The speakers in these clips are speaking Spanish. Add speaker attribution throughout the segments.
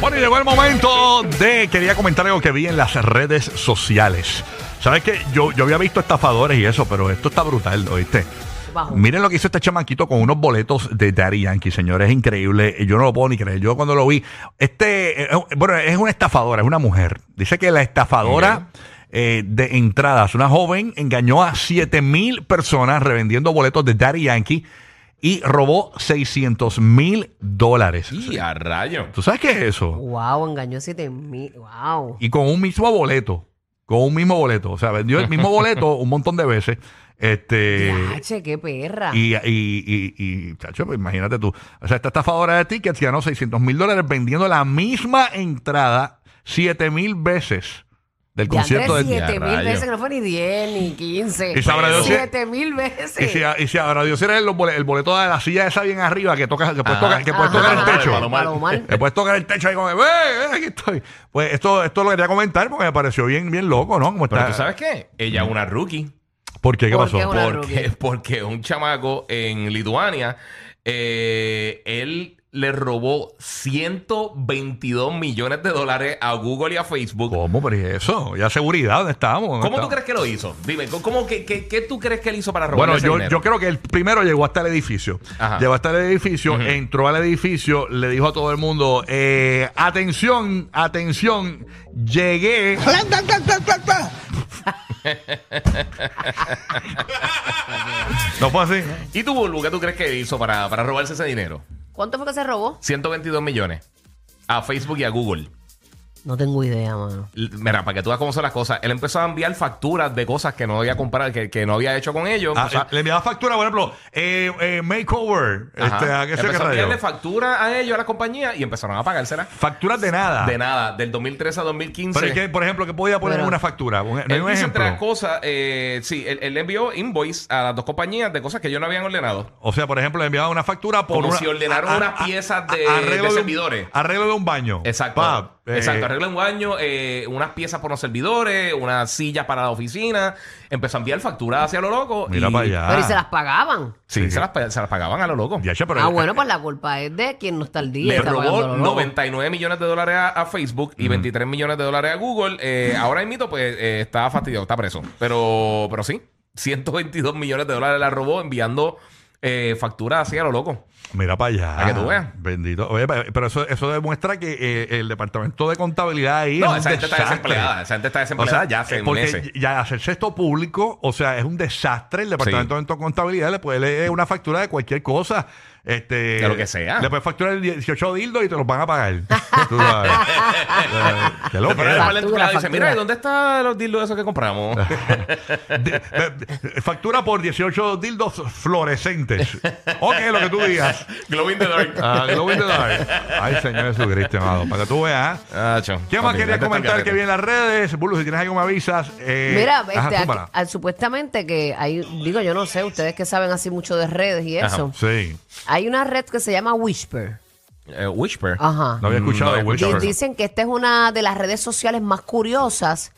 Speaker 1: Bueno, y llegó el momento de. Quería comentar algo que vi en las redes sociales. ¿Sabes qué? Yo, yo había visto estafadores y eso, pero esto está brutal, ¿oíste? Miren lo que hizo este chamaquito con unos boletos de Daddy Yankee, señores. Es increíble. Yo no lo puedo ni creer. Yo cuando lo vi. Este. eh, Bueno, es una estafadora, es una mujer. Dice que la estafadora. eh, de entradas, una joven engañó a 7 mil personas revendiendo boletos de Daddy Yankee y robó 600 mil dólares.
Speaker 2: Y a rayo.
Speaker 1: ¿Tú sabes qué es eso?
Speaker 3: Wow, engañó 7 mil. Wow.
Speaker 1: y con un mismo boleto. Con un mismo boleto. O sea, vendió el mismo boleto un montón de veces. Este.
Speaker 3: Yache, qué perra.
Speaker 1: Y, y, y, y, chacho, pues imagínate tú. O sea, esta estafadora de tickets ganó 600 mil dólares vendiendo la misma entrada 7 mil veces del
Speaker 3: Ya
Speaker 1: concierto de
Speaker 2: siete.
Speaker 3: 7 mil
Speaker 2: rayo.
Speaker 3: veces, que no fue ni 10 ni 15.
Speaker 1: Y sabrá Dios si-
Speaker 3: 7 mil
Speaker 1: Y
Speaker 3: veces.
Speaker 1: si, y si ahora Dios era el, bole- el boleto de la silla esa bien arriba que tocas, que puedes
Speaker 2: Ajá.
Speaker 1: tocar, que puedes
Speaker 3: Ah, Ajá,
Speaker 1: tocar el
Speaker 3: ajá,
Speaker 1: techo.
Speaker 2: Palomar.
Speaker 3: Palomar.
Speaker 1: Le puedes tocar el techo ahí con el, "Ve, ve, aquí estoy. Pues esto, esto lo quería comentar porque me pareció bien, bien loco, ¿no? Como
Speaker 2: Pero
Speaker 1: está-
Speaker 2: tú sabes qué? Ella es una rookie.
Speaker 1: ¿Por qué? ¿Qué
Speaker 3: ¿Por
Speaker 1: pasó?
Speaker 3: qué Una
Speaker 2: Porque,
Speaker 3: rookie.
Speaker 2: porque un chamaco en Lituania, eh, él le robó 122 millones de dólares a Google y a Facebook.
Speaker 1: ¿Cómo? Pero ¿y eso? ¿Ya seguridad? ¿Dónde estábamos? ¿Dónde
Speaker 2: ¿Cómo tú
Speaker 1: estábamos?
Speaker 2: crees que lo hizo? Dime, ¿cómo, qué, qué- qué tú crees que él hizo para robar
Speaker 1: Bueno,
Speaker 2: ese
Speaker 1: yo,
Speaker 2: dinero?
Speaker 1: yo creo que el primero llegó hasta el edificio.
Speaker 2: Ajá.
Speaker 1: Llegó hasta el edificio,
Speaker 2: Ujú.
Speaker 1: entró al edificio, le dijo a todo el mundo, eh, atención, atención, llegué. no fue así.
Speaker 2: ¿Y tú, Bulbu, qué tú crees que hizo para, para robarse ese dinero?
Speaker 3: ¿Cuánto fue que se robó?
Speaker 2: 122 millones a Facebook y a Google.
Speaker 3: No tengo idea, mano.
Speaker 2: L- Mira, para que tú veas cómo son las cosas. Él empezó a enviar facturas de cosas que no había comprado, que, que no había hecho con ellos.
Speaker 1: Ah,
Speaker 2: Empezó a-
Speaker 1: ah, le enviaba factura, por ejemplo, eh, eh, makeover, este,
Speaker 2: Ajá.
Speaker 1: a qué
Speaker 2: Empezó
Speaker 1: sé yo qué
Speaker 2: a
Speaker 1: rayo.
Speaker 2: enviarle factura a ellos, a la compañía, y empezaron a pagársela.
Speaker 1: Facturas de nada.
Speaker 2: De nada, del 2013 a 2015.
Speaker 1: Ah. Pero ¿y qué, por ejemplo, que podía poner en
Speaker 3: Pero-
Speaker 1: una factura. Un- No hay
Speaker 2: él
Speaker 1: un
Speaker 2: hizo
Speaker 1: ejemplo.
Speaker 2: entre las cosas, eh, sí, él, él envió invoice a las dos compañías de cosas que ellos no habían ordenado.
Speaker 1: O sea, por ejemplo, le enviaban una factura por
Speaker 2: Como
Speaker 1: una-
Speaker 2: si ordenaron unas piezas de- de
Speaker 1: un-
Speaker 2: servidores.
Speaker 1: arreglo de un baño.
Speaker 2: Exacto.
Speaker 1: Pa, eh,
Speaker 2: Exacto. Arregló un baño, eh, unas piezas por los servidores, unas sillas para la oficina. Empezó a enviar facturas hacia lo loco.
Speaker 1: Mira
Speaker 2: y,
Speaker 1: para allá.
Speaker 3: Pero y se las pagaban.
Speaker 2: Sí, Se, las, pa- se las pagaban a lo loco.
Speaker 1: Ah. Ya, che, pero-
Speaker 3: ah, bueno, pues la culpa es de quien no está al día.
Speaker 2: Le
Speaker 3: está pagando
Speaker 2: robó
Speaker 3: lo loco.
Speaker 2: 99 millones de dólares a, a Facebook y 23 millones de dólares a Google. Eh, ahora mito pues, eh, está fastidiado, está preso. Pero, pero sí, 122 millones de dólares la robó enviando eh, facturas así a lo loco.
Speaker 1: Mira para allá.
Speaker 2: A que tú veas.
Speaker 1: Bendito. Oye, pa- pero eso, eso demuestra que eh, el departamento de contabilidad ahí.
Speaker 2: No,
Speaker 1: es
Speaker 2: esa
Speaker 1: un
Speaker 2: gente está
Speaker 1: desastre.
Speaker 2: desempleada. Esa gente está
Speaker 1: O
Speaker 2: desempleada
Speaker 1: sea, eh,
Speaker 2: ya hace
Speaker 1: porque
Speaker 2: meses.
Speaker 1: ya hacer sexto público, o sea, es un desastre. El departamento de contabilidad le puede leer una factura de cualquier cosa. Este,
Speaker 2: De lo que sea.
Speaker 1: Le puedes facturar el 18 dildos y te los van a pagar. Tú sabes. Eh, qué
Speaker 2: Le
Speaker 1: loco.
Speaker 2: ponen la mala
Speaker 3: Factura,
Speaker 2: entrada y dice,
Speaker 3: factura.
Speaker 2: mira, ¿y ¿dónde están los dildos esos que compramos?
Speaker 1: De- de- de- factura por 18 dildos fluorescentes. Ok, lo que tú digas.
Speaker 2: Glow in the dark.
Speaker 1: Ah, glow in the dark. Ay, Señor Jesucristo, amado. Para que tú veas.
Speaker 2: Ah, chon.
Speaker 1: ¿Qué más
Speaker 2: Papi,
Speaker 1: quería
Speaker 2: vete al
Speaker 1: comentar que
Speaker 2: garete.
Speaker 1: vi en las redes? Bulu, si tienes algo me avisas. Eh,
Speaker 3: Mira,
Speaker 1: ajá,
Speaker 3: este,
Speaker 1: túmbala.
Speaker 3: aquí- ah, supuestamente que hay, digo yo no sé, ustedes que saben así mucho de redes y
Speaker 2: Ajá.
Speaker 3: eso,
Speaker 1: Sí,
Speaker 3: hay una red que se llama Whisper.
Speaker 2: Eh, Whisper.
Speaker 3: Ajá.
Speaker 1: no había escuchado
Speaker 2: Mm, No
Speaker 1: de
Speaker 2: había
Speaker 3: Di-
Speaker 1: Wilson.
Speaker 3: Dicen que esta es una de las redes sociales más curiosas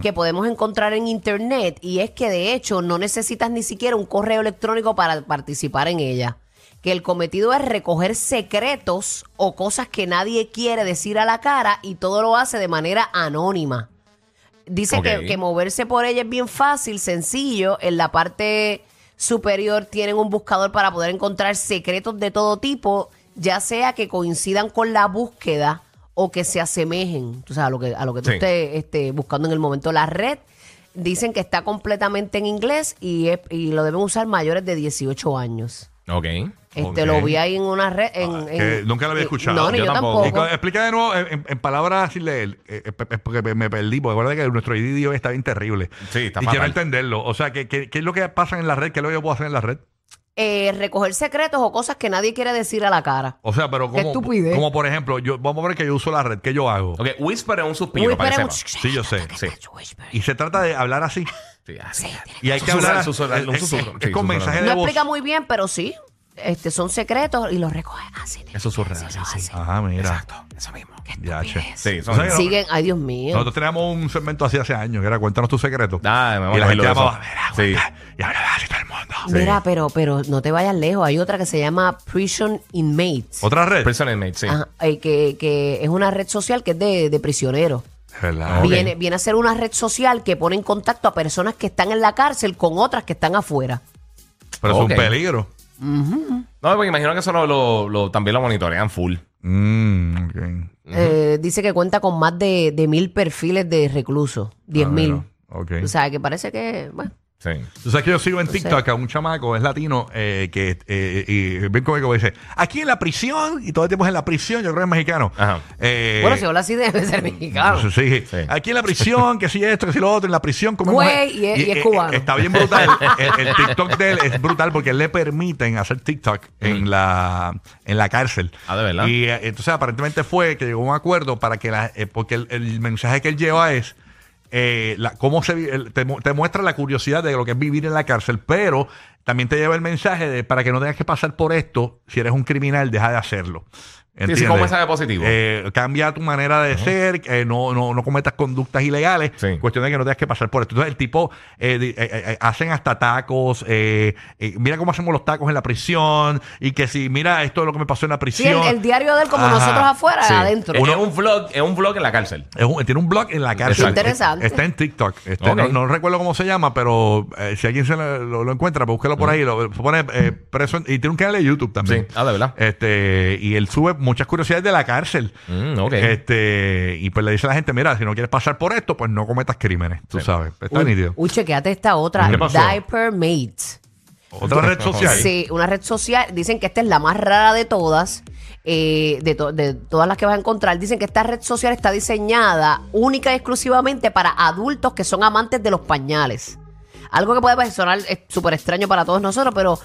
Speaker 3: que podemos encontrar en internet y es que de hecho no necesitas ni siquiera un correo electrónico para participar en ella. Que el cometido es recoger secretos o cosas que nadie quiere decir a la cara y todo lo hace de manera anónima. Dice que-
Speaker 2: Ok.
Speaker 3: que, moverse por ella es bien fácil, sencillo. En la parte superior tienen un buscador para poder encontrar secretos de todo tipo, ya sea que coincidan con la búsqueda o que se asemejen tú sabes, a lo que, a lo que tú
Speaker 2: Sí.
Speaker 3: estés este, buscando en el momento. La red dicen que está completamente en inglés y, es- y lo deben usar mayores de 18 años.
Speaker 2: Ok.
Speaker 3: Este
Speaker 1: Ok. Ah,
Speaker 3: lo vi ahí en una red. En,
Speaker 1: Que
Speaker 3: en-
Speaker 1: nunca lo había escuchado.
Speaker 3: Eh, No, ni yo, tampoco.
Speaker 1: Y cu- Explica de nuevo en, en- en palabras sin leer, eh, eh, pe- pe- porque me- me perdí, porque acuérdate que nuestro idioma está bien terrible.
Speaker 2: Sí, está
Speaker 1: Y
Speaker 2: fatal.
Speaker 1: quiero entenderlo. O sea, ¿qué, qué, qué es lo que pasa en la red? ¿Qué es lo que yo puedo hacer en la red?
Speaker 3: Eh, recoger secretos o cosas que nadie quiere decir a la cara.
Speaker 1: O sea, pero
Speaker 3: Qué
Speaker 1: como,
Speaker 3: estupidez.
Speaker 1: como por ejemplo, yo, vamos a ver que yo uso la red, ¿qué yo hago?
Speaker 2: Ok, whisper es un suspiro,
Speaker 3: Whisper
Speaker 2: para que
Speaker 3: es un
Speaker 2: sepa.
Speaker 1: Sí, yo sé.
Speaker 2: Sí.
Speaker 1: Y se trata de hablar así.
Speaker 2: Sí, así.
Speaker 1: Y hay que
Speaker 2: Susurrar,
Speaker 1: hablar. eh,
Speaker 2: susurrar,
Speaker 1: es,
Speaker 2: un
Speaker 1: es-
Speaker 2: susurro.
Speaker 1: es
Speaker 2: Sí,
Speaker 1: con
Speaker 2: susurrar.
Speaker 1: mensaje de
Speaker 3: No
Speaker 1: voz.
Speaker 3: explica muy bien, pero sí. Este, son secretos y los recoge así.
Speaker 2: Es susurrar, Ah, sí, sí.
Speaker 1: Ajá, mira.
Speaker 2: Eso mismo.
Speaker 1: Ya, che.
Speaker 2: Sí,
Speaker 1: O sea,
Speaker 2: son-
Speaker 1: yo-
Speaker 3: Siguen, ay Dios mío.
Speaker 1: Nosotros teníamos un segmento así hace años, que era cuéntanos tu secreto.
Speaker 2: Ah, me
Speaker 1: y la
Speaker 2: acuerdo
Speaker 1: gente
Speaker 2: de eso.
Speaker 1: llamaba, mira,
Speaker 2: Sí.
Speaker 1: cuenta, y hablaba así todo el mundo.
Speaker 3: Mira, pero, pero no te vayas lejos. Hay otra que se llama Prison Inmates.
Speaker 1: ¿Otra red?
Speaker 2: Prison inmate, sí.
Speaker 3: Ajá, eh, que, que es una red social que es de, de prisioneros.
Speaker 1: Es verdad.
Speaker 2: Ah, Ok.
Speaker 3: Viene, viene a ser una red social que pone en contacto a personas que están en la cárcel con otras que están afuera.
Speaker 1: Pero
Speaker 2: Ok.
Speaker 1: es un peligro.
Speaker 2: No, porque imagino que eso lo, lo- lo- también lo monitorean full.
Speaker 1: Mm, ok.
Speaker 3: Eh, dice que cuenta con más de, de mil perfiles de reclusos, diez mil.
Speaker 1: Ah, Ok.
Speaker 3: O sea, que parece que, bueno,
Speaker 2: Sí.
Speaker 1: Tú sabes que yo sigo en TikTok a un chamaco, es latino, eh, que eh, y ven conmigo dice, aquí en la prisión, y todo el tiempo es en la prisión, yo creo que es mexicano.
Speaker 2: Ajá.
Speaker 1: Eh,
Speaker 3: bueno, si habla así debe ser mexicano.
Speaker 1: Sí, sí.
Speaker 2: Sí.
Speaker 1: Aquí en la prisión, que si esto, que si lo otro, en la prisión comemos.
Speaker 3: Güey, y es- y es cubano.
Speaker 1: eh, está bien brutal. el, el TikTok de él es brutal porque le permiten hacer TikTok en la en la cárcel.
Speaker 2: Ah, ¿de verdad?
Speaker 1: Y eh, entonces aparentemente fue que llegó a un acuerdo para que la, eh, porque el, el mensaje que él lleva es eh, la- cómo se vi- el- te, mu- te muestra la curiosidad de lo que es vivir en la cárcel, pero también te lleva el mensaje de para que no tengas que pasar por esto, si eres un criminal, deja de hacerlo.
Speaker 2: sí,
Speaker 1: ¿Entiendes?
Speaker 2: como mensaje positivo.
Speaker 1: Eh, cambia tu manera de ser, eh, no, no, no cometas conductas ilegales.
Speaker 2: Sí.
Speaker 1: Cuestión de que no tengas que pasar por esto. Entonces, el tipo eh, di- eh, eh, eh, hacen hasta tacos. eh, eh, mira cómo hacemos los tacos en la prisión. Y que si, mira, esto es lo que me pasó en la
Speaker 3: Sí,
Speaker 1: prisión.
Speaker 3: el, el diario de él como
Speaker 1: Ajá,
Speaker 3: nosotros afuera,
Speaker 1: sí.
Speaker 3: adentro.
Speaker 2: Es, es un vlog, es un vlog en la cárcel.
Speaker 1: Es un- tiene un blog en la cárcel.
Speaker 3: Exacto. Interesante.
Speaker 1: Está en TikTok. Está-
Speaker 2: Ok.
Speaker 1: no, no recuerdo cómo se llama, pero eh, si alguien se lo, lo- lo encuentra, pues búsquelo por ahí. Lo, pone eh, preso en- y tiene un canal de YouTube también.
Speaker 2: Sí. Ah, de verdad.
Speaker 1: Este, y él sube muchas curiosidades de la cárcel.
Speaker 2: Mm, ok.
Speaker 1: Este, y pues le dice a la gente, mira, si no quieres pasar por esto, pues no cometas crímenes. Tú sabes. Pues Está nítido.
Speaker 3: Uy, chequeate esta otra.
Speaker 1: ¿Qué pasó?
Speaker 3: Diaper Mate.
Speaker 1: Otra red social.
Speaker 3: Sí, una red social. Dicen que esta es la más rara de todas. eh, de, to- de todas las que vas a encontrar, dicen que esta red social está diseñada única y exclusivamente para adultos que son amantes de los pañales. Algo que puede sonar eh, súper extraño para todos nosotros, pero,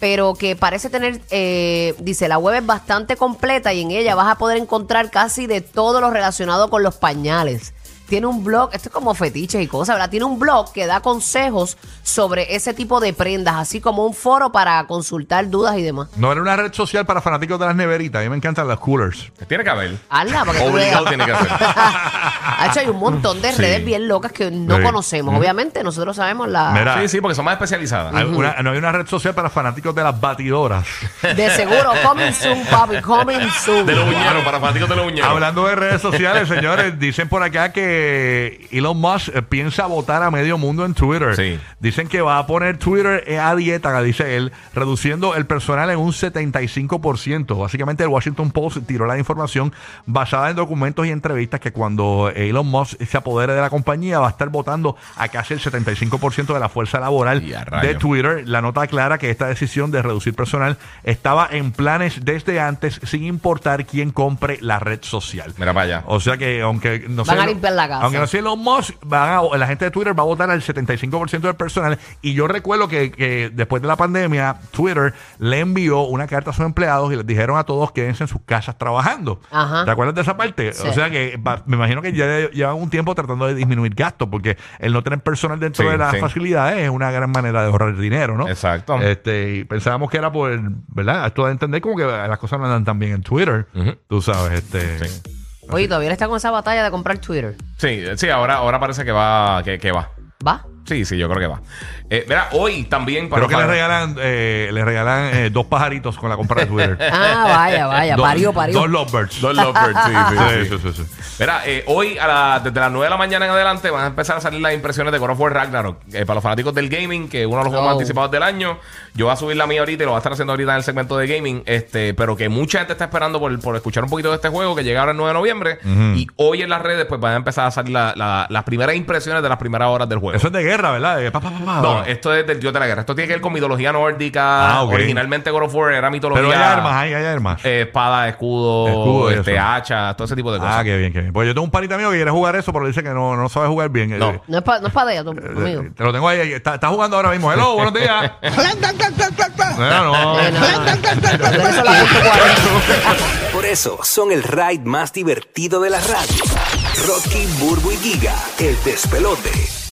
Speaker 3: pero que parece tener, eh, dice, la web es bastante completa y en ella vas a poder encontrar casi de todo lo relacionado con los pañales. Tiene un blog, esto es como fetiches y cosas, ¿verdad? Tiene un blog que da consejos sobre ese tipo de prendas, así como un foro para consultar dudas y demás.
Speaker 1: No era una red social para fanáticos de las neveritas. A mí me encantan las coolers.
Speaker 2: Tiene que haber.
Speaker 3: Hazla, porque tú
Speaker 2: Obligado
Speaker 3: veas.
Speaker 2: tiene que hacer.
Speaker 3: Hacho, hay un montón de redes
Speaker 1: Sí.
Speaker 3: bien locas que no
Speaker 1: Sí.
Speaker 3: conocemos. Obviamente, nosotros sabemos la.
Speaker 1: Mira,
Speaker 2: Sí, sí, porque son más especializadas.
Speaker 1: hay una- no hay una red social para fanáticos de las batidoras.
Speaker 3: De seguro, coming soon, papi, coming soon.
Speaker 2: De los buñeros, para fanáticos de los buñeros.
Speaker 1: Hablando de redes sociales, señores, dicen por acá que Elon Musk eh, piensa votar a medio mundo en Twitter.
Speaker 2: Sí.
Speaker 1: Dicen que va a poner Twitter eh, a dieta, dice él, reduciendo el personal en un 75%. Básicamente el Washington Post tiró la información basada en documentos y entrevistas que cuando Elon Musk se apodere de la compañía va a estar votando a casi el 75% de la fuerza laboral
Speaker 2: Y a rayos.
Speaker 1: de Twitter. La nota aclara que esta decisión de reducir personal estaba en planes desde antes sin importar quién compre la red social.
Speaker 2: Mira para allá.
Speaker 1: O sea que aunque no
Speaker 3: Van
Speaker 1: sea-
Speaker 3: a limpiar la casa.
Speaker 1: Aunque no sea Elon Musk, van a- la gente de Twitter va a votar al 75% del personal. Y yo recuerdo que, que después de la pandemia, Twitter le envió una carta a sus empleados y les dijeron a todos quédense en sus casas trabajando.
Speaker 3: Ajá.
Speaker 1: ¿Te acuerdas de esa parte?
Speaker 3: Sí.
Speaker 1: O sea que va- me imagino que ya de- llevan un tiempo tratando de disminuir gastos porque el no tener personal dentro
Speaker 2: Sí,
Speaker 1: de las
Speaker 2: sí.
Speaker 1: facilidades es una gran manera de ahorrar dinero, ¿no?
Speaker 2: Exacto.
Speaker 1: Este, y pensábamos que era por, ¿verdad? Esto de entender como que las cosas no andan tan bien en Twitter. Tú sabes, este.
Speaker 2: Sí.
Speaker 3: Oye, todavía él está con esa batalla de comprar Twitter.
Speaker 2: Sí, sí, ahora, ahora parece que va, que, que va.
Speaker 3: ¿Va?
Speaker 2: Sí, sí, yo creo que va. Eh, mira, hoy también para.
Speaker 1: Creo que le
Speaker 2: para-
Speaker 1: regalan, eh, le regalan eh, dos pajaritos con la compra de Twitter.
Speaker 3: Ah, vaya, vaya.
Speaker 1: Dos-
Speaker 3: Parió, parió.
Speaker 1: Dos lovebirds.
Speaker 2: Dos lovebirds, sí, sí, sí.
Speaker 1: Sí, sí, sí, sí.
Speaker 2: Mira, eh, hoy a la- desde las 9 de la mañana en adelante van a empezar a salir las impresiones de God of War Ragnarok. Eh, para los fanáticos del gaming, que es uno de los juegos más
Speaker 3: Oh.
Speaker 2: anticipados del año. Yo voy a subir la mía ahorita y lo voy a estar haciendo ahorita en el segmento de gaming. Este, pero que mucha gente está esperando por, por escuchar un poquito de este juego que llega ahora el 9 de noviembre. Y hoy en las redes, pues van a empezar a salir la- la- las primeras impresiones de las primeras horas del juego.
Speaker 1: Eso es de guerra, ¿verdad? De pa, pa, pa, pa.
Speaker 2: No, esto es del dios de la guerra. Esto tiene que ver con mitología nórdica.
Speaker 1: Ah, ok.
Speaker 2: Originalmente God of War era mitología.
Speaker 1: Pero hay armas, hay, hay armas.
Speaker 2: eh, espada, escudo,
Speaker 1: Escudo y
Speaker 2: este,
Speaker 1: eso.
Speaker 2: hacha, todo ese tipo de cosas.
Speaker 1: ah, qué bien, qué bien. Pues yo tengo un panita mío que quiere jugar eso, pero dice que no, no sabe jugar bien.
Speaker 2: No.
Speaker 1: Eh,
Speaker 3: No es para no es pa de ella, tu- tu
Speaker 1: eh,
Speaker 3: amigo.
Speaker 1: Te lo tengo ahí, ahí. Está, está jugando ahora mismo. Hello, buenos días. no, no.
Speaker 3: Eh, no, no, no. Pero eso lo hago en tu
Speaker 4: Por eso son el ride más divertido de la radio. Rocky, Burbu y Giga, el despelote.